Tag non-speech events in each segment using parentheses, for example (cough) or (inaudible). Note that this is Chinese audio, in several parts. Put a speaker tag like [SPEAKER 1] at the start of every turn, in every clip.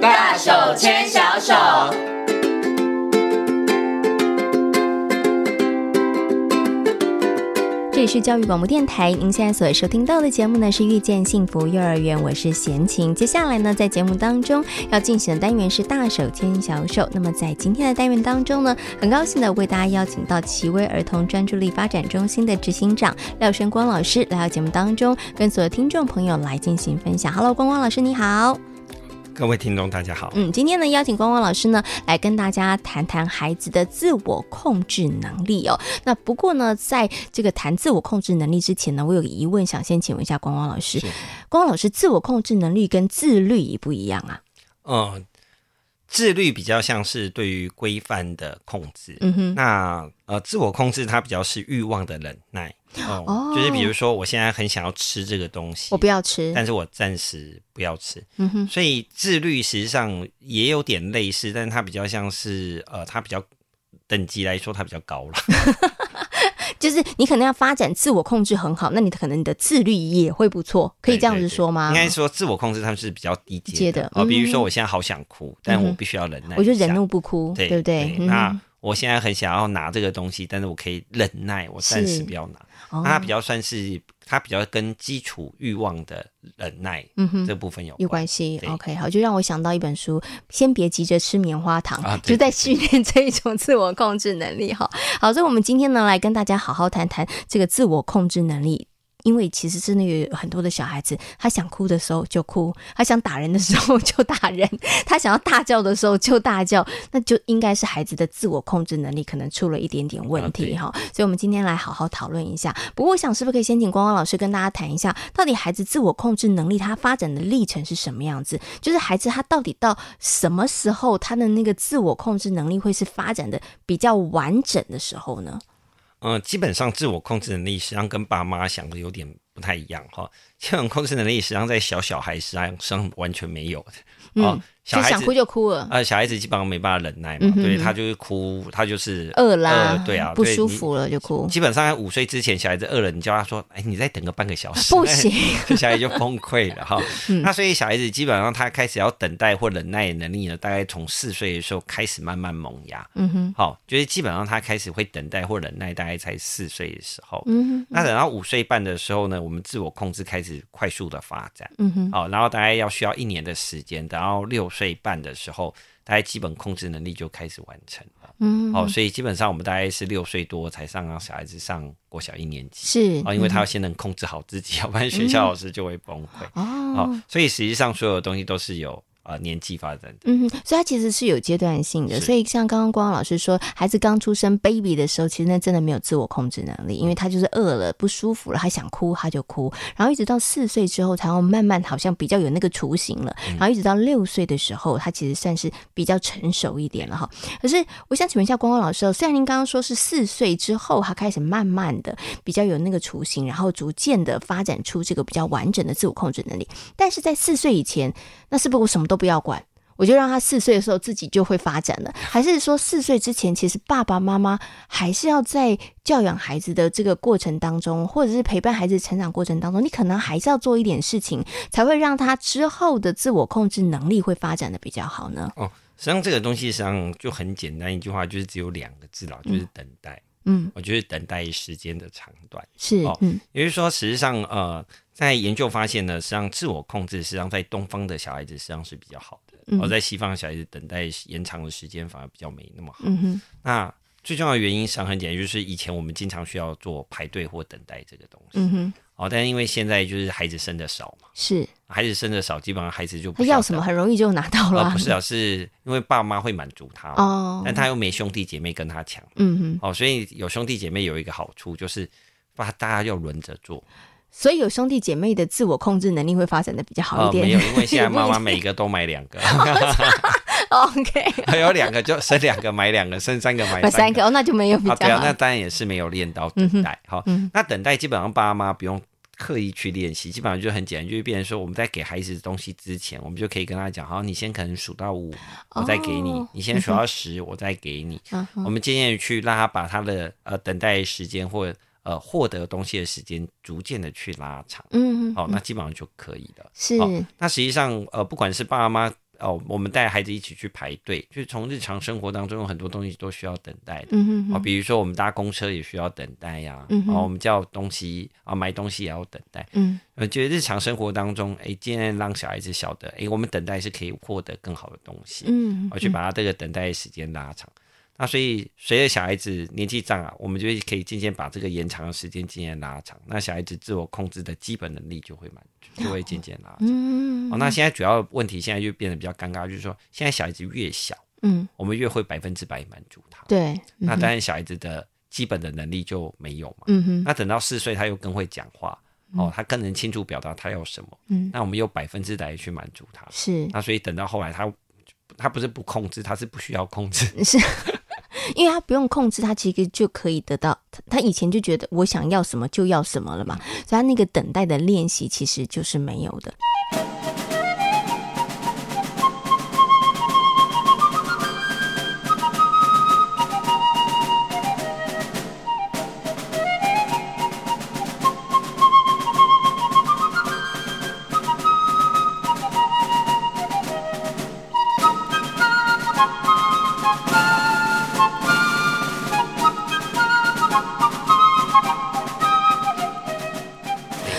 [SPEAKER 1] 大手牵小手。
[SPEAKER 2] 这里是教育广播电台，您现在所收听到的节目呢是《遇见幸福幼儿园》，我是贤琴。接下来呢，在节目当中要进行的单元是“大手牵小手”。那么在今天的单元当中呢，很高兴的为大家邀请到奇威儿童专注力发展中心的执行长廖生光老师来到节目当中，跟所有听众朋友来进行分享。Hello，光光老师你好。
[SPEAKER 3] 各位听众，大家好。
[SPEAKER 2] 嗯，今天呢，邀请光光老师呢来跟大家谈谈孩子的自我控制能力哦。那不过呢，在这个谈自我控制能力之前呢，我有个疑问，想先请问一下光光老师，
[SPEAKER 3] 是
[SPEAKER 2] 光光老师自我控制能力跟自律一不一样啊？
[SPEAKER 3] 嗯，自律比较像是对于规范的控制。
[SPEAKER 2] 嗯哼，
[SPEAKER 3] 那呃，自我控制它比较是欲望的忍耐。哦，
[SPEAKER 2] 哦
[SPEAKER 3] 就是比如说，我现在很想要吃这个东西，
[SPEAKER 2] 我不要吃。
[SPEAKER 3] 但是我暂时不要吃。
[SPEAKER 2] 嗯哼，
[SPEAKER 3] 所以自律实际上也有点类似，但是它比较像是呃，它比较等级来说，它比较高了。
[SPEAKER 2] 就是你可能要发展自我控制很好，那你可能你的自律也会不错，可以这样子说吗？
[SPEAKER 3] 应该说自我控制，他们是比较低阶
[SPEAKER 2] 阶的
[SPEAKER 3] 哦，比如说
[SPEAKER 2] 嗯
[SPEAKER 3] 我现在好想哭，但我必须要忍耐一下。
[SPEAKER 2] 我就忍怒不哭，
[SPEAKER 3] 对
[SPEAKER 2] 不对？嗯
[SPEAKER 3] 那我现在很想要拿这个东西，但是我可以忍耐，我暂
[SPEAKER 2] 是
[SPEAKER 3] 时不要拿。
[SPEAKER 2] 哦
[SPEAKER 3] 那它比较算是它比较跟基础欲望的忍耐
[SPEAKER 2] 嗯哼
[SPEAKER 3] 这部分有
[SPEAKER 2] 有
[SPEAKER 3] 关
[SPEAKER 2] 关。系
[SPEAKER 3] 对
[SPEAKER 2] ，OK，好，就让我想到一本书，先别急着吃棉花糖，
[SPEAKER 3] 啊
[SPEAKER 2] 就
[SPEAKER 3] 对
[SPEAKER 2] 在训练这一种自我控制能力。哈，好，所以我们今天呢，来跟大家好好谈谈这个自我控制能力。因为其实真的有很多的小孩子，他想哭的时候就哭，他想打人的时候就打人，他想要大叫的时候就大叫，那就应该是孩子的自我控制能力可能出了一点点问题
[SPEAKER 3] 啊对
[SPEAKER 2] 哈。所以，我们今天来好好讨论一下。不过，我想是不是可以先请光光老师跟大家谈一下，到底孩子自我控制能力他发展的历程是什么样子？就是孩子他到底到什么时候，他的那个自我控制能力会是发展的比较完整的时候呢？
[SPEAKER 3] 嗯、基本上自我控制能力实际上跟爸妈想的有点不太一样哈。这种控制能力实际上在小小孩实际上完全没有的哦，
[SPEAKER 2] 嗯
[SPEAKER 3] 小
[SPEAKER 2] 就
[SPEAKER 3] 孩
[SPEAKER 2] 想
[SPEAKER 3] 子
[SPEAKER 2] 哭就哭了，
[SPEAKER 3] 呃，小孩子基本上没办法忍耐嘛，
[SPEAKER 2] 嗯哼
[SPEAKER 3] 对
[SPEAKER 2] 哼
[SPEAKER 3] 他就是哭，他就是
[SPEAKER 2] 饿啦，
[SPEAKER 3] 呃对啊，
[SPEAKER 2] 不
[SPEAKER 3] 对
[SPEAKER 2] 舒
[SPEAKER 3] 你
[SPEAKER 2] 服了就哭，
[SPEAKER 3] 基本上在五岁之前，小孩子饿了，你叫他说：“哎，你再等个半个小
[SPEAKER 2] 啊
[SPEAKER 3] 时。” (laughs)
[SPEAKER 2] 不行，嗯
[SPEAKER 3] 小孩就崩溃了
[SPEAKER 2] (laughs)
[SPEAKER 3] 哈。那所以小孩子基本上他开始要等待或忍耐的能力呢，大概从四岁的时候开始慢慢萌芽。
[SPEAKER 2] 嗯哼，
[SPEAKER 3] 好，就是基本上他开始会等待或忍耐，大概才四岁的时候。
[SPEAKER 2] 嗯哼，
[SPEAKER 3] 那等到五岁半的时候呢，我们自我控制开始快速的发展。
[SPEAKER 2] 嗯哼，
[SPEAKER 3] 好，然后大概要需要一年的时间，等到六岁半的时候，大概基本控制能力就开始完成了。
[SPEAKER 2] 嗯哼，
[SPEAKER 3] 哦，所以基本上我们大概是六岁多才上让小孩子上国小一年级
[SPEAKER 2] 是嗯
[SPEAKER 3] 哦，因为他要先能控制好自己， (laughs) 要不然学校老师就会崩溃。
[SPEAKER 2] 哦
[SPEAKER 3] 哦，，所以实际上所有东西都是有呃年纪发展的。
[SPEAKER 2] 嗯哼，所以它其实是有阶段性的。
[SPEAKER 3] 是
[SPEAKER 2] 所以像刚刚光老师说，孩子刚出生 baby 的时候，其实那真的没有自我控制能力，因为他就是饿了、不舒服了，他想哭他就哭，然后一直到四岁之后，才要慢慢好像比较有那个雏形了，
[SPEAKER 3] 嗯
[SPEAKER 2] 然后一直到六岁的时候，他其实算是比较成熟一点了哈。可是我想请问一下光光老师哦，虽然您刚刚说是四岁之后，他开始慢慢的比较有那个雏形，然后逐渐的发展出这个比较完整的自我控制能力，但是在四岁以前，那是不是我什么都不要管？我就让他四岁的时候自己就会发展 (laughs) 了，还是说四岁之前，其实爸爸妈妈还是要在教养孩子的这个过程当中，或者是陪伴孩子成长过程当中，你可能还是要做一点事情，才会让他之后的自我控制能力会发展的比较好呢？
[SPEAKER 3] 实际上这个东西实际上就很简单，一句话就是只有两个字啦，就是等待。
[SPEAKER 2] 嗯，
[SPEAKER 3] 我觉得等待时间的长短。
[SPEAKER 2] 是，
[SPEAKER 3] 哦
[SPEAKER 2] 嗯，
[SPEAKER 3] 也就是说，实际上，呃，在研究发现呢，实际上自我控制实际上在东方的小孩子实际上是比较好的，
[SPEAKER 2] 嗯
[SPEAKER 3] 而、在西方的小孩子等待延长的时间反而比较没那么好。
[SPEAKER 2] 嗯哼，
[SPEAKER 3] 那最重要的原因实际上很简单，就是以前我们经常需要做排队或等待这个东西。
[SPEAKER 2] 嗯哼，
[SPEAKER 3] 哦，但是因为现在就是孩子生的少嘛，
[SPEAKER 2] 是
[SPEAKER 3] 孩子生的少，基本上孩子就不
[SPEAKER 2] 他
[SPEAKER 3] 需
[SPEAKER 2] 要什么很容易就拿到
[SPEAKER 3] 等
[SPEAKER 2] 了、
[SPEAKER 3] 哦，不是啊，是因为爸妈会满足他嘛，
[SPEAKER 2] 哦，
[SPEAKER 3] 但他又没兄弟姐妹跟他抢。
[SPEAKER 2] 嗯哼，
[SPEAKER 3] 哦，所以有兄弟姐妹有一个好处就是，把大家要轮着做。
[SPEAKER 2] 所以有兄弟姐妹的自我控制能力会发展的比较好一
[SPEAKER 3] 哦，
[SPEAKER 2] 点。
[SPEAKER 3] 没有，因为现在
[SPEAKER 2] 也不一 (laughs)
[SPEAKER 3] 妈妈
[SPEAKER 2] 定
[SPEAKER 3] 每个都买两个， (laughs)
[SPEAKER 2] 哦 OK，
[SPEAKER 3] 还有两个就生两个买两个，生三个买
[SPEAKER 2] 买 (laughs) 三个。哦，那就没有比
[SPEAKER 3] 啊，
[SPEAKER 2] 较
[SPEAKER 3] 对
[SPEAKER 2] 好。
[SPEAKER 3] 啊，
[SPEAKER 2] 嗯
[SPEAKER 3] 那当然也是没有练到等待。好、那等待基本上爸妈不用刻意去练习，基本上就很简单，就是变成说我们在给孩子东西之前，我们就可以跟他讲，好，你先可能数到五，我再给你；
[SPEAKER 2] 哦
[SPEAKER 3] 你先数到十，我再给你。
[SPEAKER 2] 嗯哼
[SPEAKER 3] 我们渐渐地去让他把他的呃等待时间或呃获得东西的时间逐渐的去拉长。
[SPEAKER 2] 嗯，
[SPEAKER 3] 好、那基本上就可以了。
[SPEAKER 2] 是，
[SPEAKER 3] 好那实际上，呃，不管是爸妈哦，我们带孩子一起去排队，就是从日常生活当中有很多东西都需要等待的。
[SPEAKER 2] 嗯哼
[SPEAKER 3] 哦，
[SPEAKER 2] 哼，
[SPEAKER 3] 比如说我们搭公车也需要等待呀、
[SPEAKER 2] 嗯哼
[SPEAKER 3] 然后我们叫东西啊、买东西也要等待。
[SPEAKER 2] 嗯
[SPEAKER 3] 我觉得日常生活当中，哎，尽量让小孩子晓得，哎，我们等待是可以获得更好的东西，
[SPEAKER 2] 嗯，
[SPEAKER 3] 而去把他这个等待的时间拉长。那所以随着小孩子年纪长啊，我们就可以渐渐把这个延长的时间渐渐拉长，那小孩子自我控制的基本能力就会满，就会渐渐拉长。
[SPEAKER 2] 嗯
[SPEAKER 3] 哦，那现在主要问题现在就变得比较尴尬，就是说现在小孩子越小，
[SPEAKER 2] 嗯
[SPEAKER 3] 我们越会百分之百满足他。
[SPEAKER 2] 对，
[SPEAKER 3] 那
[SPEAKER 2] 嗯哼
[SPEAKER 3] 当然小孩子的基本的能力就没有嘛。
[SPEAKER 2] 嗯哼
[SPEAKER 3] 那等到四岁，他又更会讲话哦，他更能清楚表达他要什么。
[SPEAKER 2] 嗯
[SPEAKER 3] 那我们又百分之百去满足他。
[SPEAKER 2] 是
[SPEAKER 3] 那所以等到后来他，他不是不控制，他是不需要控制。
[SPEAKER 2] 嗯因为他不用控制，他其实就可以得到。他他以前就觉得我想要什么就要什么了嘛，所以他那个等待的练习其实就是没有的。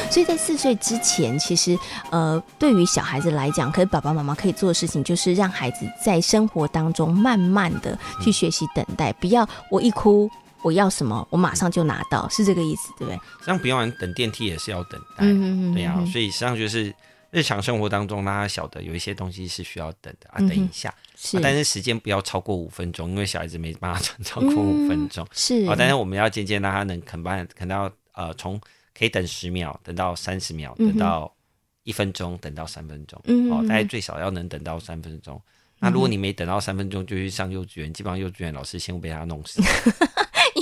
[SPEAKER 2] 所以在四岁之前，其实呃，对于小孩子来讲，可是爸爸妈妈可以做的事情，就是让孩子在生活当中慢慢的去学习等待，不要我一哭。我要什么，我马上就拿到，是这个意思，对不对？
[SPEAKER 3] 实际上，不用等电梯也是要等待。
[SPEAKER 2] 嗯嗯嗯
[SPEAKER 3] 对呀、啊
[SPEAKER 2] 嗯
[SPEAKER 3] 所以实际上就是日常生活当中，让他晓得有一些东西是需要等的啊，
[SPEAKER 2] 嗯哼
[SPEAKER 3] 等一下。
[SPEAKER 2] 是，
[SPEAKER 3] 啊但是时间不要超过五分钟，因为小孩子没办法等超
[SPEAKER 2] 嗯
[SPEAKER 3] 过五分钟。
[SPEAKER 2] 是，
[SPEAKER 3] 啊、但是我们要渐渐让他能肯办，肯到呃，从可以等十秒，等到三十秒，
[SPEAKER 2] 嗯哼
[SPEAKER 3] 等到一分钟，等到三分钟，
[SPEAKER 2] 嗯
[SPEAKER 3] 哦
[SPEAKER 2] 哼，嗯
[SPEAKER 3] 大概最少要能等到三分钟。那如果你没等到三分钟就去上幼稚园，基本上幼稚园老师先会被他弄
[SPEAKER 2] (laughs)
[SPEAKER 3] 死。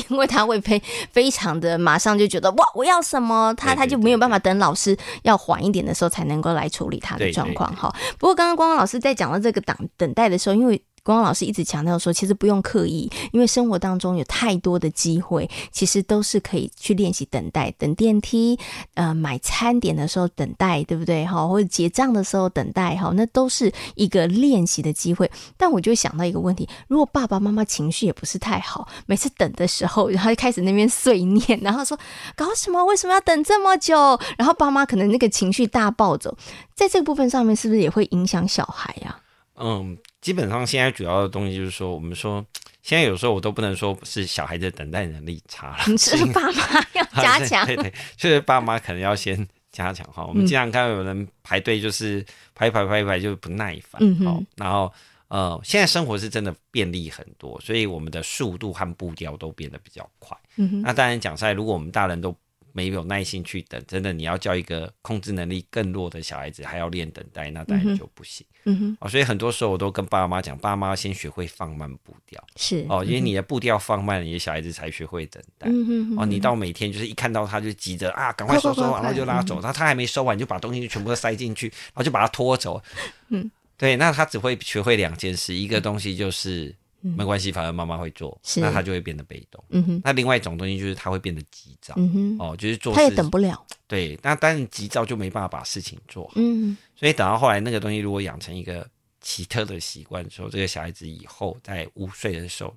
[SPEAKER 2] 因为他会非非常的马上就觉得哇，我要什么，他
[SPEAKER 3] 对对
[SPEAKER 2] 他就没有办法等老师要缓一点的时候才能够来处理他的
[SPEAKER 3] 对对
[SPEAKER 2] 状况
[SPEAKER 3] 对
[SPEAKER 2] 哈。不过刚刚光光老师在讲到这个等等待的时候，因为光光老师一直强调说，其实不用刻意，因为生活当中有太多的机会，其实都是可以去练习等待，等电梯，呃，买餐点的时候等待，对不对哈？或者结账的时候等待哈，那都是一个练习的机会。但我就会想到一个问题：如果爸爸妈妈情绪也不是太好，每次等的时候，然后就开始那边碎念，然后说搞什么？为什么要等这么久？然后爸妈可能那个情绪大暴走，在这个部分上面是不是也会影响小孩啊呀、
[SPEAKER 3] 嗯，基本上现在主要的东西就是说，我们说现在有时候我都不能说是小孩子等待能力差了，
[SPEAKER 2] 是爸妈要 (laughs) 加强，
[SPEAKER 3] (laughs)
[SPEAKER 2] 嗯
[SPEAKER 3] 对对，就是爸妈可能要先加强哈。我们经常看到有人排队，就是排一排排一排就不耐烦，
[SPEAKER 2] 嗯哼
[SPEAKER 3] 哦，然后呃，现在生活是真的便利很多，所以我们的速度和步调都变得比较快。
[SPEAKER 2] 嗯哼
[SPEAKER 3] 那当然讲出来，如果我们大人都没有耐心去等，真的你要叫一个控制能力更弱的小孩子还要练等待，那当然就不行、
[SPEAKER 2] 嗯哼，
[SPEAKER 3] 哦。所以很多时候我都跟爸妈讲，爸妈先学会放慢步调
[SPEAKER 2] 是
[SPEAKER 3] 哦，因为你的步调放慢，你的小孩子才学会等待。
[SPEAKER 2] 嗯哼嗯哼
[SPEAKER 3] 哦，你到每天就是一看到他就急着啊，赶快
[SPEAKER 2] (laughs)
[SPEAKER 3] 收
[SPEAKER 2] 快
[SPEAKER 3] 收
[SPEAKER 2] 快快
[SPEAKER 3] 完，然后就拉走，然后他还没收完，你就把东西全部都塞进去，然后就把他拖走。
[SPEAKER 2] 嗯，
[SPEAKER 3] 对，那他只会学会两件事，一个东西就是
[SPEAKER 2] 嗯
[SPEAKER 3] 没关系，反正妈妈会做，
[SPEAKER 2] 是
[SPEAKER 3] 那他就会变得被动。
[SPEAKER 2] 嗯哼
[SPEAKER 3] 那另外一种东西就是他会变得急躁，
[SPEAKER 2] 嗯哼，
[SPEAKER 3] 哦，就是做
[SPEAKER 2] 他也
[SPEAKER 3] 事
[SPEAKER 2] 等不了，
[SPEAKER 3] 对，那但是急躁就没办法把事情做好，
[SPEAKER 2] 嗯
[SPEAKER 3] 所以等到后来那个东西如果养成一个奇特的习惯之后，这个小孩子以后在五岁的时候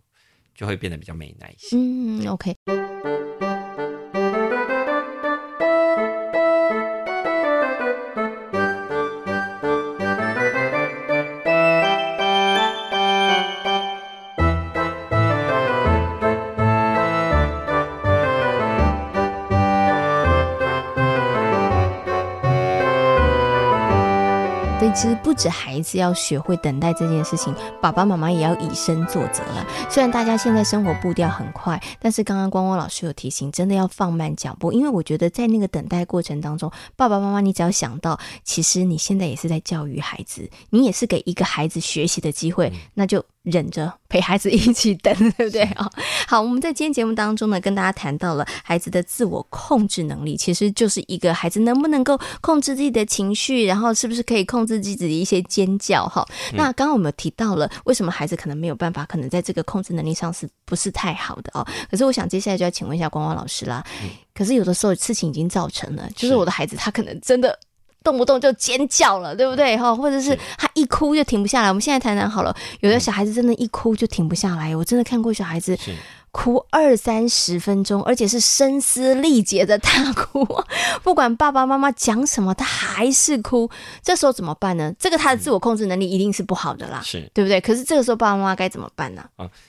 [SPEAKER 3] 就会变得比较没耐心。
[SPEAKER 2] 嗯，OK。对，其实不止孩子要学会等待这件事情，爸爸妈妈也要以身作则啦。虽然大家现在生活步调很快，但是刚刚光光老师有提醒，真的要放慢脚步，因为我觉得在那个等待过程当中，爸爸妈妈你只要想到，其实你现在也是在教育孩子，你也是给一个孩子学习的机会，那就忍着陪孩子一起等， (laughs) 对不对啊、哦好，我们在今天节目当中呢，跟大家谈到了孩子的自我控制能力，其实就是一个孩子能不能够控制自己的情绪，然后是不是可以控制自己的一些尖叫哈。那刚刚我们有提到了，为什么孩子可能没有办法，可能在这个控制能力上是不是太好的哦？可是我想接下来就要请问一下光光老师啦。可是有的时候事情已经造成了，就是
[SPEAKER 3] 是
[SPEAKER 2] 我的孩子他可能真的动不动就尖叫了，对不对？哈，或者嗯是他一哭就停不下来。我们现在台南好了，有的小孩子真的一哭就停不下来，我真的看过小孩子
[SPEAKER 3] 是
[SPEAKER 2] 哭二三十分钟，而且是声嘶力竭的大哭， (laughs) 不管爸爸妈妈讲什么，他还是哭。这时候怎么办呢？这个他的自我控制能力一定是不好的啦，
[SPEAKER 3] 是，
[SPEAKER 2] 对不对？可是这个时候爸爸妈妈该怎么办呢、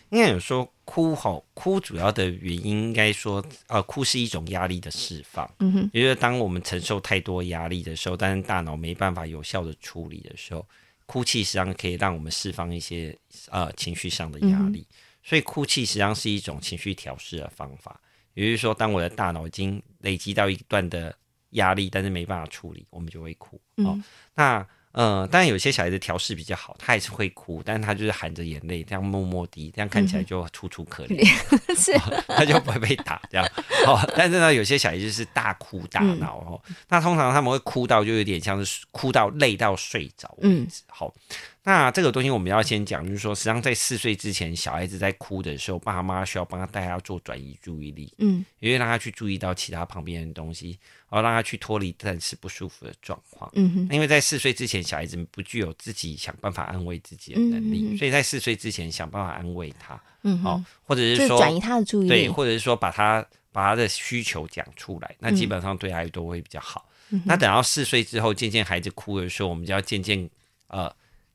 [SPEAKER 3] 应该有说哭吼哭主要的原因，应该说呃，哭是一种压力的释放。
[SPEAKER 2] 嗯哼，
[SPEAKER 3] 因为当我们承受太多压力的时候，但是大脑没办法有效的处理的时候，哭泣实际上可以让我们释放一些呃情绪上的压力。所以哭泣实际上是一种情绪调试的方法。也就是说，当我的大脑已经累积到一段的压力，但是没办法处理，我们就会哭。哦，那呃，当然有些小孩子调试比较好，他还是会哭，但是他就是含着眼泪，这样默默滴，这样看起来就楚楚可怜。
[SPEAKER 2] 是
[SPEAKER 3] (laughs) 他就不会被打这样。哦，但是呢，有些小孩就是大哭大闹哦。那通常他们会哭到就有点像是哭到累到睡着为止。好、那这个东西我们要先讲，就是说，实际上在四岁之前，小孩子在哭的时候，爸妈需要帮他带他做转移注意力，
[SPEAKER 2] 嗯，
[SPEAKER 3] 因为让他去注意到其他旁边的东西，然后让他去脱离暂时不舒服的状况。
[SPEAKER 2] 嗯哼，
[SPEAKER 3] 因为在四岁之前，小孩子不具有自己想办法安慰自己的能力，
[SPEAKER 2] 嗯嗯嗯
[SPEAKER 3] 所以在四岁之前想办法安慰他，
[SPEAKER 2] 嗯哼
[SPEAKER 3] 哦，或者
[SPEAKER 2] 就是是
[SPEAKER 3] 说
[SPEAKER 2] 转移他的注意
[SPEAKER 3] 对，
[SPEAKER 2] 力。
[SPEAKER 3] 或者是说把他把他的需求讲出来，那基
[SPEAKER 2] 嗯
[SPEAKER 3] 本上对孩子都会比较好。那等到四岁之后，渐渐孩子哭的时候，我们就要渐渐呃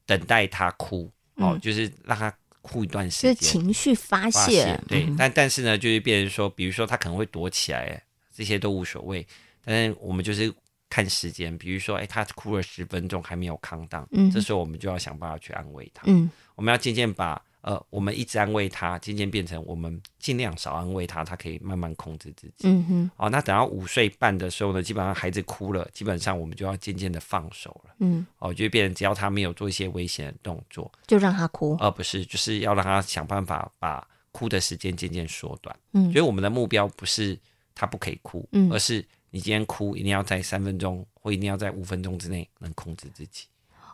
[SPEAKER 3] 等待他哭哦，就是让他哭一段
[SPEAKER 2] 嗯就
[SPEAKER 3] 时
[SPEAKER 2] 是
[SPEAKER 3] 间，
[SPEAKER 2] 情绪发
[SPEAKER 3] 发
[SPEAKER 2] 泄，嗯
[SPEAKER 3] 对，但但是呢，就是变成说，比如说他可能会躲起来，这些都无所谓，但是我们就是。看时间，比如说，哎、他哭了十分钟还没有康荡，
[SPEAKER 2] 嗯
[SPEAKER 3] 这时候我们就要想办法去安慰他。
[SPEAKER 2] 嗯
[SPEAKER 3] 我们要渐渐把呃，我们一直安慰他，渐渐变成我们尽量少安慰他，他可以慢慢控制自己。
[SPEAKER 2] 嗯哼，
[SPEAKER 3] 哦，那等到五岁半的时候呢，基本上孩子哭了，基本上我们就要渐渐的放手了。
[SPEAKER 2] 嗯，
[SPEAKER 3] 哦，就变成只要他没有做一些危险的动作，
[SPEAKER 2] 就让他哭。
[SPEAKER 3] 哦而、不是就是要让他想办法把哭的时间渐渐缩短。
[SPEAKER 2] 嗯
[SPEAKER 3] 所以我们的目标不是他不可以哭，
[SPEAKER 2] 嗯
[SPEAKER 3] 而是你今天哭一定要在三分钟或一定要在五分钟之内能控制自己。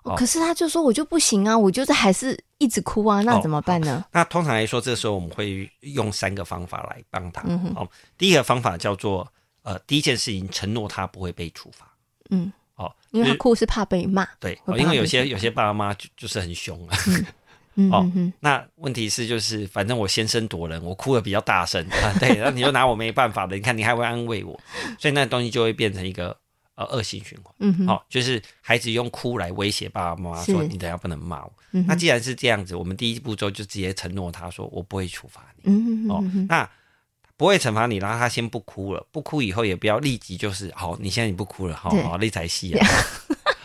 [SPEAKER 2] 哦
[SPEAKER 3] 哦
[SPEAKER 2] 可是他就说我就不行啊，我就是还是一直哭啊，那
[SPEAKER 3] 哦
[SPEAKER 2] 怎么办呢？
[SPEAKER 3] 那通常来说，这时候我们会用三个方法来帮
[SPEAKER 2] 嗯
[SPEAKER 3] 他。哦，第一个方法叫做呃，第一件事情承诺他不会被处罚。
[SPEAKER 2] 嗯，
[SPEAKER 3] 哦，
[SPEAKER 2] 因为
[SPEAKER 3] 就
[SPEAKER 2] 他
[SPEAKER 3] 是
[SPEAKER 2] 哭是怕被骂。
[SPEAKER 3] 对，
[SPEAKER 2] 会
[SPEAKER 3] 哦
[SPEAKER 2] 怕
[SPEAKER 3] 因为有
[SPEAKER 2] 被
[SPEAKER 3] 些
[SPEAKER 2] 处罚
[SPEAKER 3] 有些爸爸妈妈就就是很凶啊。
[SPEAKER 2] 嗯
[SPEAKER 3] 哦
[SPEAKER 2] 嗯哼，
[SPEAKER 3] 那问题是就是，反正我先声夺人，我哭的比较大声 (laughs) 啊，对，那你就拿我没办法的。你看你还会安慰我，所以那东西就会变成一个呃恶性循环。
[SPEAKER 2] 嗯哼，
[SPEAKER 3] 好、就是孩子用哭来威胁爸爸妈妈说
[SPEAKER 2] 是：“
[SPEAKER 3] 你等下不能骂我。
[SPEAKER 2] 嗯哼
[SPEAKER 3] 那既然是这样子，我们第一步骤就直接承诺他说：“我不会处罚你。”
[SPEAKER 2] 嗯
[SPEAKER 3] 哦
[SPEAKER 2] 哼，
[SPEAKER 3] 那不会惩罚你，然后他先不哭了，不哭以后也不要立即就是好，你现在你不哭了，好
[SPEAKER 2] 对
[SPEAKER 3] 好那才戏啊。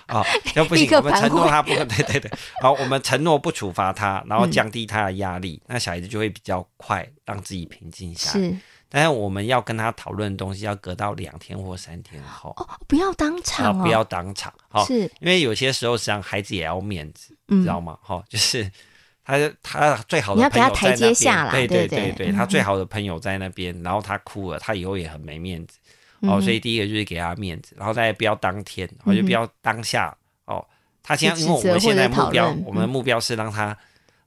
[SPEAKER 3] 啊、
[SPEAKER 2] (laughs)
[SPEAKER 3] 哦，要不
[SPEAKER 2] 立
[SPEAKER 3] 行，
[SPEAKER 2] 刻
[SPEAKER 3] 我们承
[SPEAKER 2] 反嗯
[SPEAKER 3] 诺
[SPEAKER 2] 悔
[SPEAKER 3] 他不， (laughs) 对对对，好，我们承诺不处罚他，然后降低他的压力，那小孩子就会比较快让自己平静下来。
[SPEAKER 2] 是
[SPEAKER 3] 但是我们要跟他讨论的东西，要隔到两天或三天后，
[SPEAKER 2] 哦，不要当
[SPEAKER 3] 啊，
[SPEAKER 2] 场哦，
[SPEAKER 3] 不要当场，好、
[SPEAKER 2] 是
[SPEAKER 3] 因为有些时候实际上孩子也要面子，
[SPEAKER 2] 嗯
[SPEAKER 3] 知道吗？哈、就是他他最好
[SPEAKER 2] 你要
[SPEAKER 3] 的
[SPEAKER 2] 给他
[SPEAKER 3] 朋友在
[SPEAKER 2] 台
[SPEAKER 3] 那
[SPEAKER 2] 阶
[SPEAKER 3] 边，
[SPEAKER 2] 下啦
[SPEAKER 3] 对
[SPEAKER 2] 对嗯
[SPEAKER 3] 对
[SPEAKER 2] 对
[SPEAKER 3] 他最好的朋友在那边，然后他哭了，他以后也很没面子。
[SPEAKER 2] 嗯
[SPEAKER 3] 哦，所以第一个就是给他面子，然后再不要当天，然后就不要当下。哦，他现在
[SPEAKER 2] 去
[SPEAKER 3] 因为我
[SPEAKER 2] 嗯指责
[SPEAKER 3] 们现在
[SPEAKER 2] 或者
[SPEAKER 3] 目标
[SPEAKER 2] 讨论，嗯
[SPEAKER 3] 我们的目标是让他。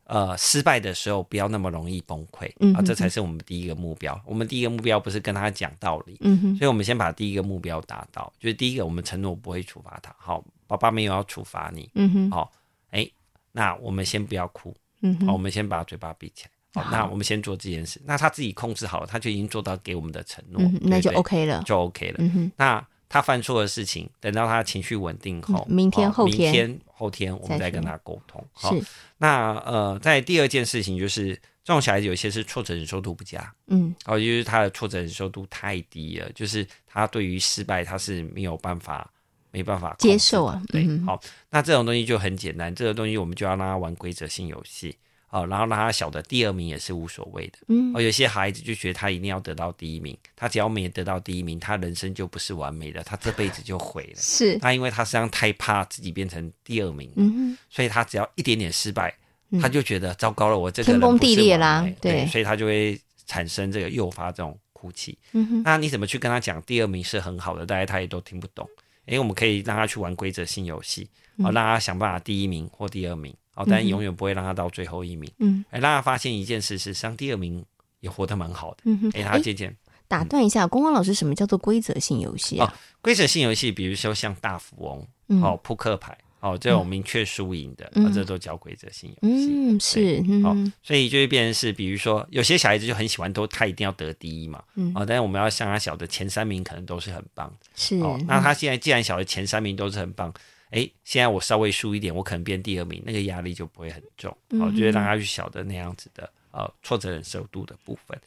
[SPEAKER 3] 呃，失败的时候不要那么容易崩溃、
[SPEAKER 2] 嗯
[SPEAKER 3] 啊，
[SPEAKER 2] 哼
[SPEAKER 3] 这才是我们第一个目标。我们第一个目标不是跟他讲道理，
[SPEAKER 2] 嗯哼，
[SPEAKER 3] 所以我们先把第一个目标达到，就是第一个我们承诺不会处罚他，好，爸爸没有要处罚你，
[SPEAKER 2] 嗯哼，
[SPEAKER 3] 好、哎、那我们先不要哭，
[SPEAKER 2] 嗯
[SPEAKER 3] 好、
[SPEAKER 2] 哼，
[SPEAKER 3] 我们先把嘴巴闭起来。好，那我们先做这件事。那他自己控制好了，他就已经做到给我们的承诺，
[SPEAKER 2] 嗯哼，那就
[SPEAKER 3] 对不
[SPEAKER 2] OK 了
[SPEAKER 3] 对。就 OK 了。
[SPEAKER 2] 嗯哼，
[SPEAKER 3] 那他犯错的事情，等到他情绪稳定后，
[SPEAKER 2] 嗯明天
[SPEAKER 3] 哦
[SPEAKER 2] 后天
[SPEAKER 3] 明天后天我们
[SPEAKER 2] 再
[SPEAKER 3] 再跟
[SPEAKER 2] 说
[SPEAKER 3] 他沟通。好、
[SPEAKER 2] 是，
[SPEAKER 3] 那呃，在第二件事情就是，这种小孩子有些是挫折忍受度不佳，
[SPEAKER 2] 嗯
[SPEAKER 3] 哦，就是他的挫折忍受度太低了，就是他对于失败他是没有办法没办法
[SPEAKER 2] 接
[SPEAKER 3] 控制
[SPEAKER 2] 受
[SPEAKER 3] 的
[SPEAKER 2] 啊
[SPEAKER 3] 对，好、
[SPEAKER 2] 嗯
[SPEAKER 3] 那这种东西就很简单，这个东西我们就要让他玩规则性游戏，哦，然后让他晓得第二名也是无所谓的。
[SPEAKER 2] 嗯
[SPEAKER 3] 哦，有些孩子就觉得他一定要得到第一名，他只要没得到第一名，他人生就不是完美的，他这辈子就毁了。
[SPEAKER 2] 是，
[SPEAKER 3] 那因为他实际上太怕自己变成第二名，
[SPEAKER 2] 嗯哼，
[SPEAKER 3] 所以他只要一点点失败，
[SPEAKER 2] 嗯
[SPEAKER 3] 他就觉得糟糕了，我这
[SPEAKER 2] 天
[SPEAKER 3] 个人
[SPEAKER 2] 崩
[SPEAKER 3] 不是
[SPEAKER 2] 地裂
[SPEAKER 3] 完
[SPEAKER 2] 啦
[SPEAKER 3] 美
[SPEAKER 2] 对
[SPEAKER 3] 对，所以他就会产生这个诱发这种哭泣。
[SPEAKER 2] 嗯哼，
[SPEAKER 3] 那你怎么去跟他讲第二名是很好的，大家他也都听不懂。因为我们可以让他去玩规则性游戏，
[SPEAKER 2] 嗯
[SPEAKER 3] 哦，让他想办法第一名或第二名，哦，但永远不会让他到最后一名。
[SPEAKER 2] 嗯
[SPEAKER 3] 哎，让他发现一件事是，实际上第二名也活得蛮好的。
[SPEAKER 2] 嗯哼，
[SPEAKER 3] 哎，
[SPEAKER 2] 诶
[SPEAKER 3] 他渐渐
[SPEAKER 2] 打断一下，光光老师，什么叫做规则性游戏啊？
[SPEAKER 3] 规则性游戏，比如说像大富翁、
[SPEAKER 2] 嗯
[SPEAKER 3] 哦扑克牌哦，这种明确输赢的，
[SPEAKER 2] 嗯
[SPEAKER 3] 哦、这都叫规则性游戏。
[SPEAKER 2] 嗯，是
[SPEAKER 3] 对，哦
[SPEAKER 2] 嗯，
[SPEAKER 3] 所以就会变成是，比如说有些小孩子就很喜欢都他一定要得第一嘛，
[SPEAKER 2] 嗯
[SPEAKER 3] 哦，但是我们要像他小的前三名可能都是很棒
[SPEAKER 2] 是，嗯
[SPEAKER 3] 哦。那他现在既然小的前三名都是很棒，诶，现在我稍微输一点，我可能变第二名，那个压力就不会很重，哦，就会让他去小的那样子的。呃，挫折忍受度的部分。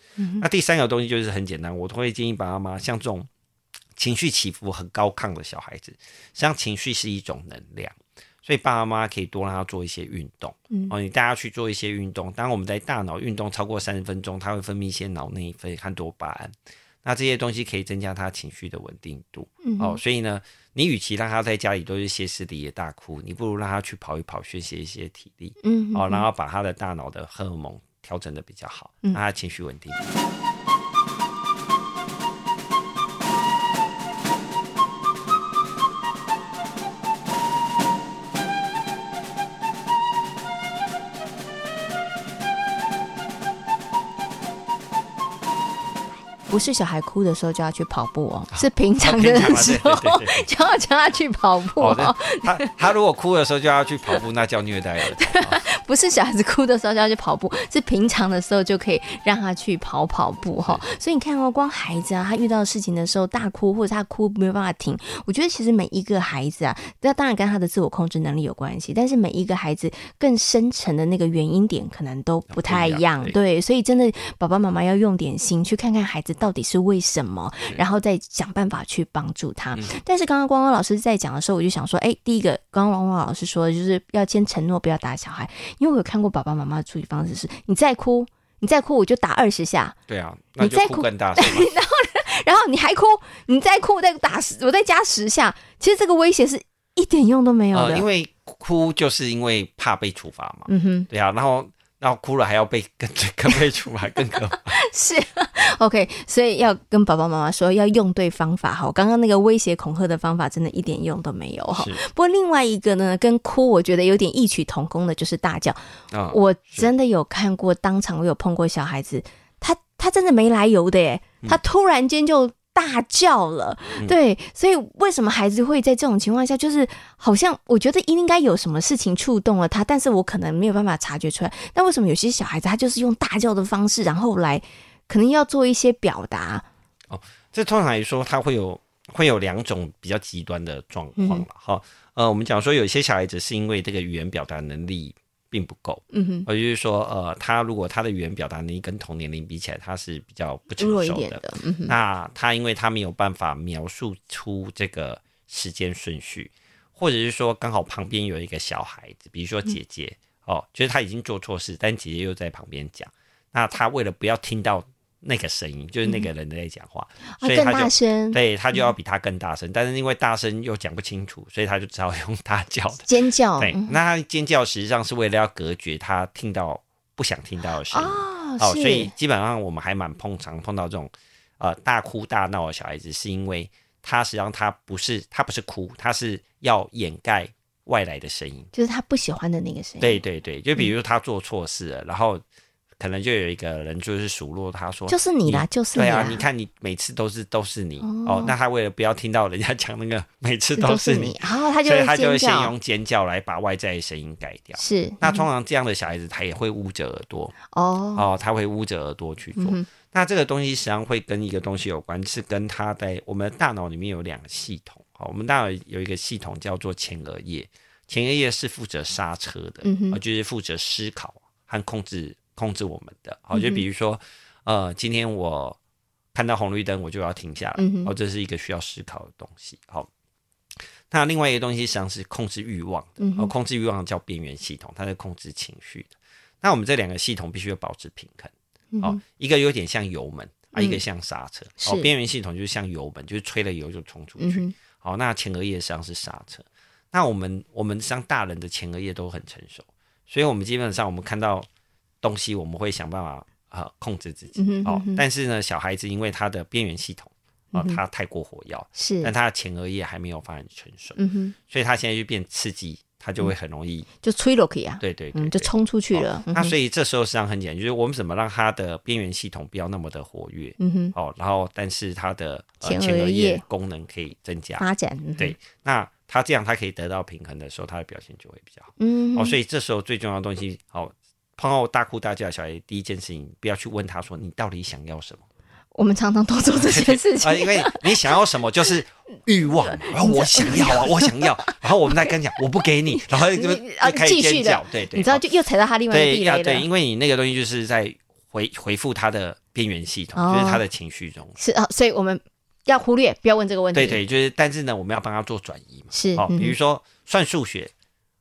[SPEAKER 3] 那第三个东西就是很简单，我都会建议爸爸妈妈像这种情绪起伏很高亢的小孩子，实际上情绪是一种能量，所以爸爸妈妈可以多让他做一些运动。哦，你带他去做一些运动。当我们在大脑运动超过三十分钟，它会分泌一些脑内啡和多巴胺，那这些东西可以增加他情绪的稳定度。
[SPEAKER 2] 嗯
[SPEAKER 3] 哦，所以呢，你与其让他在家里都是歇斯底里地大哭，你不如让他去跑一跑，宣泄一些体力。
[SPEAKER 2] 嗯，
[SPEAKER 3] 哦，然后把他的大脑的荷尔蒙调整的比较好，
[SPEAKER 2] 嗯
[SPEAKER 3] 让他情绪稳定。
[SPEAKER 2] 不是小孩哭的时候就要去跑步哦，是平常的
[SPEAKER 3] 平常啊
[SPEAKER 2] 时
[SPEAKER 3] 对
[SPEAKER 2] 候
[SPEAKER 3] 对
[SPEAKER 2] (laughs)
[SPEAKER 3] 对
[SPEAKER 2] 就要叫他去跑步
[SPEAKER 3] 哦，
[SPEAKER 2] 哦，
[SPEAKER 3] 对他他如果哭的时候就要去跑步，那叫虐待儿童。
[SPEAKER 2] 不是小孩子哭的时候就要去跑步，是平常的时候就可以让他去跑跑步哈、所以你看哦，光孩子啊，他遇到事情的时候大哭，或者他哭没有办法停，我觉得其实每一个孩子啊，那当然跟他的自我控制能力有关系，但是每一个孩子更深层的那个原因点可能都不太一样
[SPEAKER 3] 不，一样
[SPEAKER 2] 对，所以真的爸爸妈妈要用点心去看看孩子到底是为什么，然后再想办法去帮助他。但是刚刚光光老师在讲的时候，我就想说，哎，第一个，刚刚光光老师说的就是要先承诺不要打小孩，因为我有看过爸爸妈妈的处理方式是，你再哭，你再哭我就打二十下，
[SPEAKER 3] 对啊，那
[SPEAKER 2] 你
[SPEAKER 3] 就
[SPEAKER 2] 再
[SPEAKER 3] 哭
[SPEAKER 2] 哭
[SPEAKER 3] 更大声嘛。
[SPEAKER 2] 然后你还哭，你再哭我再打十，我再加十下。其实这个威胁是一点用 (laughs) 都没有的。
[SPEAKER 3] 呃，因为哭就是因为怕被处罚嘛。
[SPEAKER 2] 嗯哼，
[SPEAKER 3] 对啊，然后然后哭了还要被更更被处罚，
[SPEAKER 2] (laughs)
[SPEAKER 3] 更可怕。
[SPEAKER 2] 是 OK，所以要跟爸爸妈妈说要用对方法哈。我刚刚那个威胁恐吓的方法真的一点用都没有哈。
[SPEAKER 3] 是
[SPEAKER 2] 不过另外一个呢，跟哭我觉得有点异曲同工的，就是大叫。
[SPEAKER 3] 啊，
[SPEAKER 2] 我真的有看过，当场我有碰过小孩子，他他真的没来由的耶，他
[SPEAKER 3] 嗯
[SPEAKER 2] 突然间就大叫了。对，所以为什么孩子会在这种情况下，就是好像我觉得应该有什么事情触动了他，但是我可能没有办法察觉出来。但为什么有些小孩子他就是用大叫的方式，然后来可能要做一些表达？
[SPEAKER 3] 这通常来说，它会有会有两种比较极端的状
[SPEAKER 2] 嗯
[SPEAKER 3] 况了哈、呃，我们讲说有些小孩子是因为这个语言表达能力并不够，
[SPEAKER 2] 嗯哼，
[SPEAKER 3] 呃，就是说呃，他如果他的语言表达能力跟同年龄比起来，他是比较不成
[SPEAKER 2] 弱一
[SPEAKER 3] 熟
[SPEAKER 2] 点
[SPEAKER 3] 的。
[SPEAKER 2] 的，嗯哼，
[SPEAKER 3] 那他因为他没有办法描述出这个时间顺序，或者是说刚好旁边有一个小孩子，比如说姐姐、
[SPEAKER 2] 嗯
[SPEAKER 3] 哦，就是他已经做错事，但姐姐又在旁边讲，那他为了不要听到那个声音，就是那个人在讲话，
[SPEAKER 2] 嗯啊，
[SPEAKER 3] 所以
[SPEAKER 2] 更
[SPEAKER 3] 他
[SPEAKER 2] 大
[SPEAKER 3] 就。
[SPEAKER 2] 声
[SPEAKER 3] 对他
[SPEAKER 2] 嗯
[SPEAKER 3] 就要比他更大声，但是因为大声又讲不清楚，所以他就只好用大叫的。
[SPEAKER 2] 尖叫，嗯
[SPEAKER 3] 对，那他尖叫实际上是为了要隔绝他听到不想听到的声音。
[SPEAKER 2] 哦，
[SPEAKER 3] 哦，
[SPEAKER 2] 是，
[SPEAKER 3] 所以基本上我们还蛮碰常碰到这种呃大哭大闹的小孩子，是因为他实际上他不是他不是哭，他是要掩盖外来的声音。
[SPEAKER 2] 就是他不喜欢的那个声音，
[SPEAKER 3] 对对对，就
[SPEAKER 2] 嗯
[SPEAKER 3] 比如说他做错事了，然后可能就有一个人就是数落他说，
[SPEAKER 2] 就是你啦，就是
[SPEAKER 3] 对
[SPEAKER 2] 啦，
[SPEAKER 3] 啊，你看你每次都是都是你
[SPEAKER 2] 哦
[SPEAKER 3] 哦，那他为了不要听到人家讲那个 (laughs) 每次
[SPEAKER 2] 都
[SPEAKER 3] 都是
[SPEAKER 2] 你
[SPEAKER 3] 你，，
[SPEAKER 2] 然后他就
[SPEAKER 3] 所以他就
[SPEAKER 2] 尖
[SPEAKER 3] 会先
[SPEAKER 2] 叫，
[SPEAKER 3] 用尖叫来把外在的声音盖掉。
[SPEAKER 2] 是
[SPEAKER 3] 那通常这样的小孩子，他也会捂着耳朵，
[SPEAKER 2] 哦，
[SPEAKER 3] 哦，他会捂着耳朵去做。
[SPEAKER 2] 嗯哼
[SPEAKER 3] 那这个东西实际上会跟一个东西有关，是跟它在我们的大脑里面有两个系统。好，我们大脑有一个系统叫做前额叶，前额叶是负责刹车的，
[SPEAKER 2] 嗯哼
[SPEAKER 3] 呃就是负责思考和控制控制我们的。好，
[SPEAKER 2] 嗯
[SPEAKER 3] 就比如说，呃，今天我看到红绿灯，我就要停下来。
[SPEAKER 2] 嗯哼
[SPEAKER 3] 哦，这是一个需要思考的东西。好。那另外一个东西实际上是控制欲望的，
[SPEAKER 2] 嗯哼
[SPEAKER 3] 哦，控制欲望叫边缘系统，它是控制情绪的。那我们这两个系统必须要保持平衡。
[SPEAKER 2] 嗯
[SPEAKER 3] 哦
[SPEAKER 2] 哼，
[SPEAKER 3] 一个有点像油门啊，
[SPEAKER 2] 嗯
[SPEAKER 3] 一个像刹车。
[SPEAKER 2] 是
[SPEAKER 3] 哦，边缘系统就是像油门，就是吹了油就冲出
[SPEAKER 2] 嗯
[SPEAKER 3] 去。
[SPEAKER 2] 哼，
[SPEAKER 3] 好、那前额叶实际上是刹车。那我们我们像大人的前额叶都很成熟，所以我们基本上我们看到东西，我们会想办法呃控制自己。
[SPEAKER 2] 嗯哼
[SPEAKER 3] 哦
[SPEAKER 2] 嗯哼，嗯
[SPEAKER 3] 但是呢，小孩子因为他的边缘系统啊、他太过火药，
[SPEAKER 2] 是
[SPEAKER 3] 但，他的前额叶还没有发展成熟，
[SPEAKER 2] 嗯哼，
[SPEAKER 3] 所以他现在就变刺激他就会很容易，
[SPEAKER 2] 就吹了可以啊，
[SPEAKER 3] 对对对
[SPEAKER 2] 嗯嗯，就
[SPEAKER 3] 对
[SPEAKER 2] 冲出去了。嗯
[SPEAKER 3] 那所以这时候实际上很简单，就是我们怎么让它的边缘系统不要那么的活跃，
[SPEAKER 2] 嗯哼，
[SPEAKER 3] 哦，然后但是它的呃
[SPEAKER 2] 前额
[SPEAKER 3] 前额
[SPEAKER 2] 叶
[SPEAKER 3] 叶功能可以增加，
[SPEAKER 2] 发展，嗯哼
[SPEAKER 3] 啊对，那它这样它可以得到平衡的时候，它的表现就会比较好。
[SPEAKER 2] 嗯
[SPEAKER 3] 哦，
[SPEAKER 2] 哼，
[SPEAKER 3] 所以这时候最重要的东西，哦，碰到大哭大叫的小孩，第一件事情不要去问他说你到底想要什
[SPEAKER 2] (laughs)
[SPEAKER 3] 么
[SPEAKER 2] 我们常常都做这些
[SPEAKER 3] (laughs)
[SPEAKER 2] 事
[SPEAKER 3] 啊、
[SPEAKER 2] 情，
[SPEAKER 3] 因为你想要什么就是
[SPEAKER 2] 嗯
[SPEAKER 3] 欲
[SPEAKER 2] (laughs)
[SPEAKER 3] 望嘛，然后我想要啊，我想要，然后我们再跟他讲我不给你，然后就
[SPEAKER 2] 你啊
[SPEAKER 3] 就开始
[SPEAKER 2] 继续
[SPEAKER 3] 尖
[SPEAKER 2] 的
[SPEAKER 3] 叫，对对，
[SPEAKER 2] 你知道
[SPEAKER 3] 哦
[SPEAKER 2] 就又踩到他另外一个
[SPEAKER 3] 对
[SPEAKER 2] 地
[SPEAKER 3] 要
[SPEAKER 2] 雷
[SPEAKER 3] 对，
[SPEAKER 2] 了。
[SPEAKER 3] 因为你那个东西就是在回回复他的边缘系统，就是
[SPEAKER 2] 哦
[SPEAKER 3] 他的情绪中。
[SPEAKER 2] 是啊，所以我们要忽略，不要问这个问题。
[SPEAKER 3] 对对，就是但是呢，我们要帮他做转移嘛。
[SPEAKER 2] 是
[SPEAKER 3] 哦，
[SPEAKER 2] 嗯
[SPEAKER 3] 比如说算数学，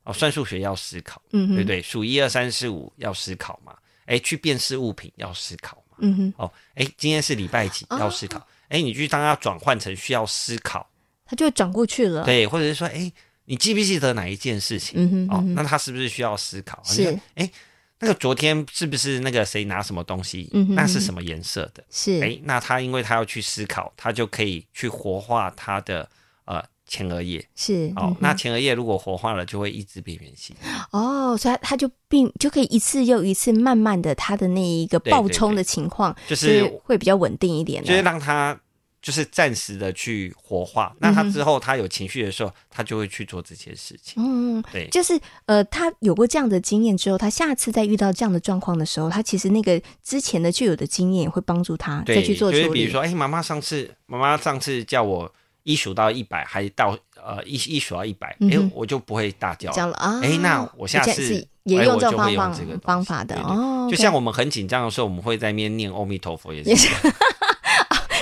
[SPEAKER 3] 哦，算数学要思考，
[SPEAKER 2] 嗯哼
[SPEAKER 3] 对不对？数一二三四五要思考嘛，哎，去辨识物品要思考嘛，
[SPEAKER 2] 嗯哼，
[SPEAKER 3] 哦，哎，今天是礼拜几要思
[SPEAKER 2] 哦
[SPEAKER 3] 考，哎、你去当它转换成需要思考，
[SPEAKER 2] 他就转过去了。
[SPEAKER 3] 对，或者是说，哎，你记不记得哪一件事情？
[SPEAKER 2] 嗯哼
[SPEAKER 3] 哦，那他是不是需要思考？
[SPEAKER 2] 是
[SPEAKER 3] 你看，哎，那个昨天是不是那个谁拿什么东西？
[SPEAKER 2] 嗯哼嗯
[SPEAKER 3] 那是什么颜色的？
[SPEAKER 2] 是
[SPEAKER 3] 哎，那他因为他要去思考，他就可以去活化他的呃前额叶。
[SPEAKER 2] 是嗯
[SPEAKER 3] 哦，那前额叶如果活化了，就会抑制边缘系。
[SPEAKER 2] 哦，所以他他就并就可以一次又一次，慢慢的他的那一个
[SPEAKER 3] 对
[SPEAKER 2] 爆
[SPEAKER 3] 对
[SPEAKER 2] 冲
[SPEAKER 3] 对
[SPEAKER 2] 的情况，
[SPEAKER 3] 就是
[SPEAKER 2] 会比较稳定一点
[SPEAKER 3] 就是
[SPEAKER 2] 的。
[SPEAKER 3] 让他就是暂时的去活
[SPEAKER 2] 嗯
[SPEAKER 3] 化。那他之后他有情绪的时候，他就会去做这些事情。
[SPEAKER 2] 嗯，
[SPEAKER 3] 对，
[SPEAKER 2] 就是呃，他有过这样的经验之后，他下次再遇到这样的状况的时候，他其实那个之前的就有的经验也会帮助他再
[SPEAKER 3] 对，
[SPEAKER 2] 去做
[SPEAKER 3] 就是
[SPEAKER 2] 处
[SPEAKER 3] 比如
[SPEAKER 2] 理
[SPEAKER 3] 说，。哎，妈妈上次妈妈上次叫我一数到一百，还到呃一一数到一百、
[SPEAKER 2] 嗯
[SPEAKER 3] 哎
[SPEAKER 2] 哼，
[SPEAKER 3] 我就不会大叫
[SPEAKER 2] 这样
[SPEAKER 3] 了。
[SPEAKER 2] 了啊，
[SPEAKER 3] 哎那我下
[SPEAKER 2] 这
[SPEAKER 3] 次
[SPEAKER 2] 是也
[SPEAKER 3] 哎
[SPEAKER 2] 用
[SPEAKER 3] 我
[SPEAKER 2] 这
[SPEAKER 3] 就
[SPEAKER 2] 种方
[SPEAKER 3] 会用
[SPEAKER 2] 法
[SPEAKER 3] 这个东西
[SPEAKER 2] 方法的
[SPEAKER 3] 对对
[SPEAKER 2] 哦，OK
[SPEAKER 3] 就像我们很紧张的时候，我们会在那边念阿弥陀佛，也
[SPEAKER 2] 也
[SPEAKER 3] 是
[SPEAKER 2] 是 (laughs)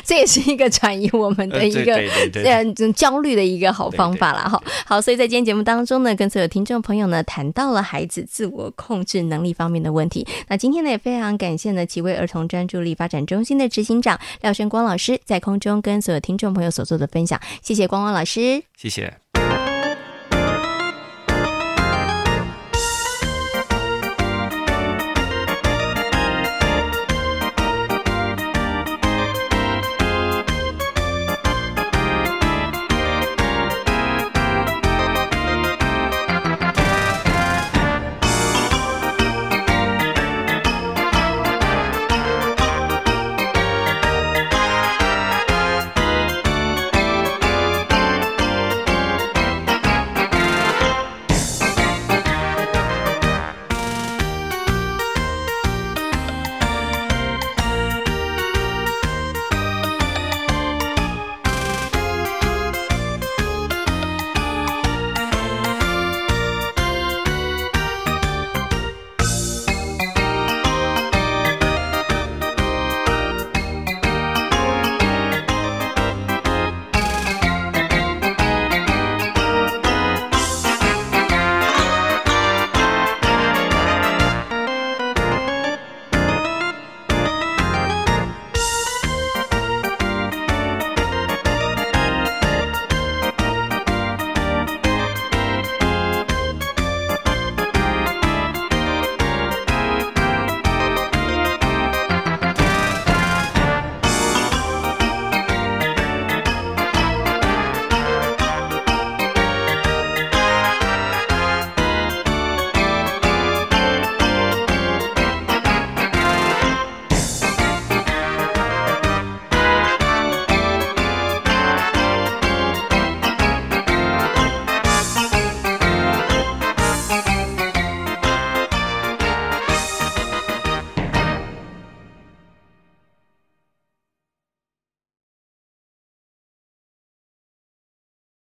[SPEAKER 2] 这也是一个转移我们
[SPEAKER 3] 呃
[SPEAKER 2] 的一
[SPEAKER 3] 对
[SPEAKER 2] 个
[SPEAKER 3] 对对对对
[SPEAKER 2] 呃焦虑的一个好方法啦
[SPEAKER 3] 对对
[SPEAKER 2] 哈。好，所以在今天节目当中呢，跟所有听众朋友呢谈到了孩子自我控制能力方面的问题。那今天呢也非常感谢呢奇威儿童专注力发展中心的执行长廖轩光老师在空中跟所有听众朋友所做的分享，谢谢光光老师。
[SPEAKER 3] 谢谢。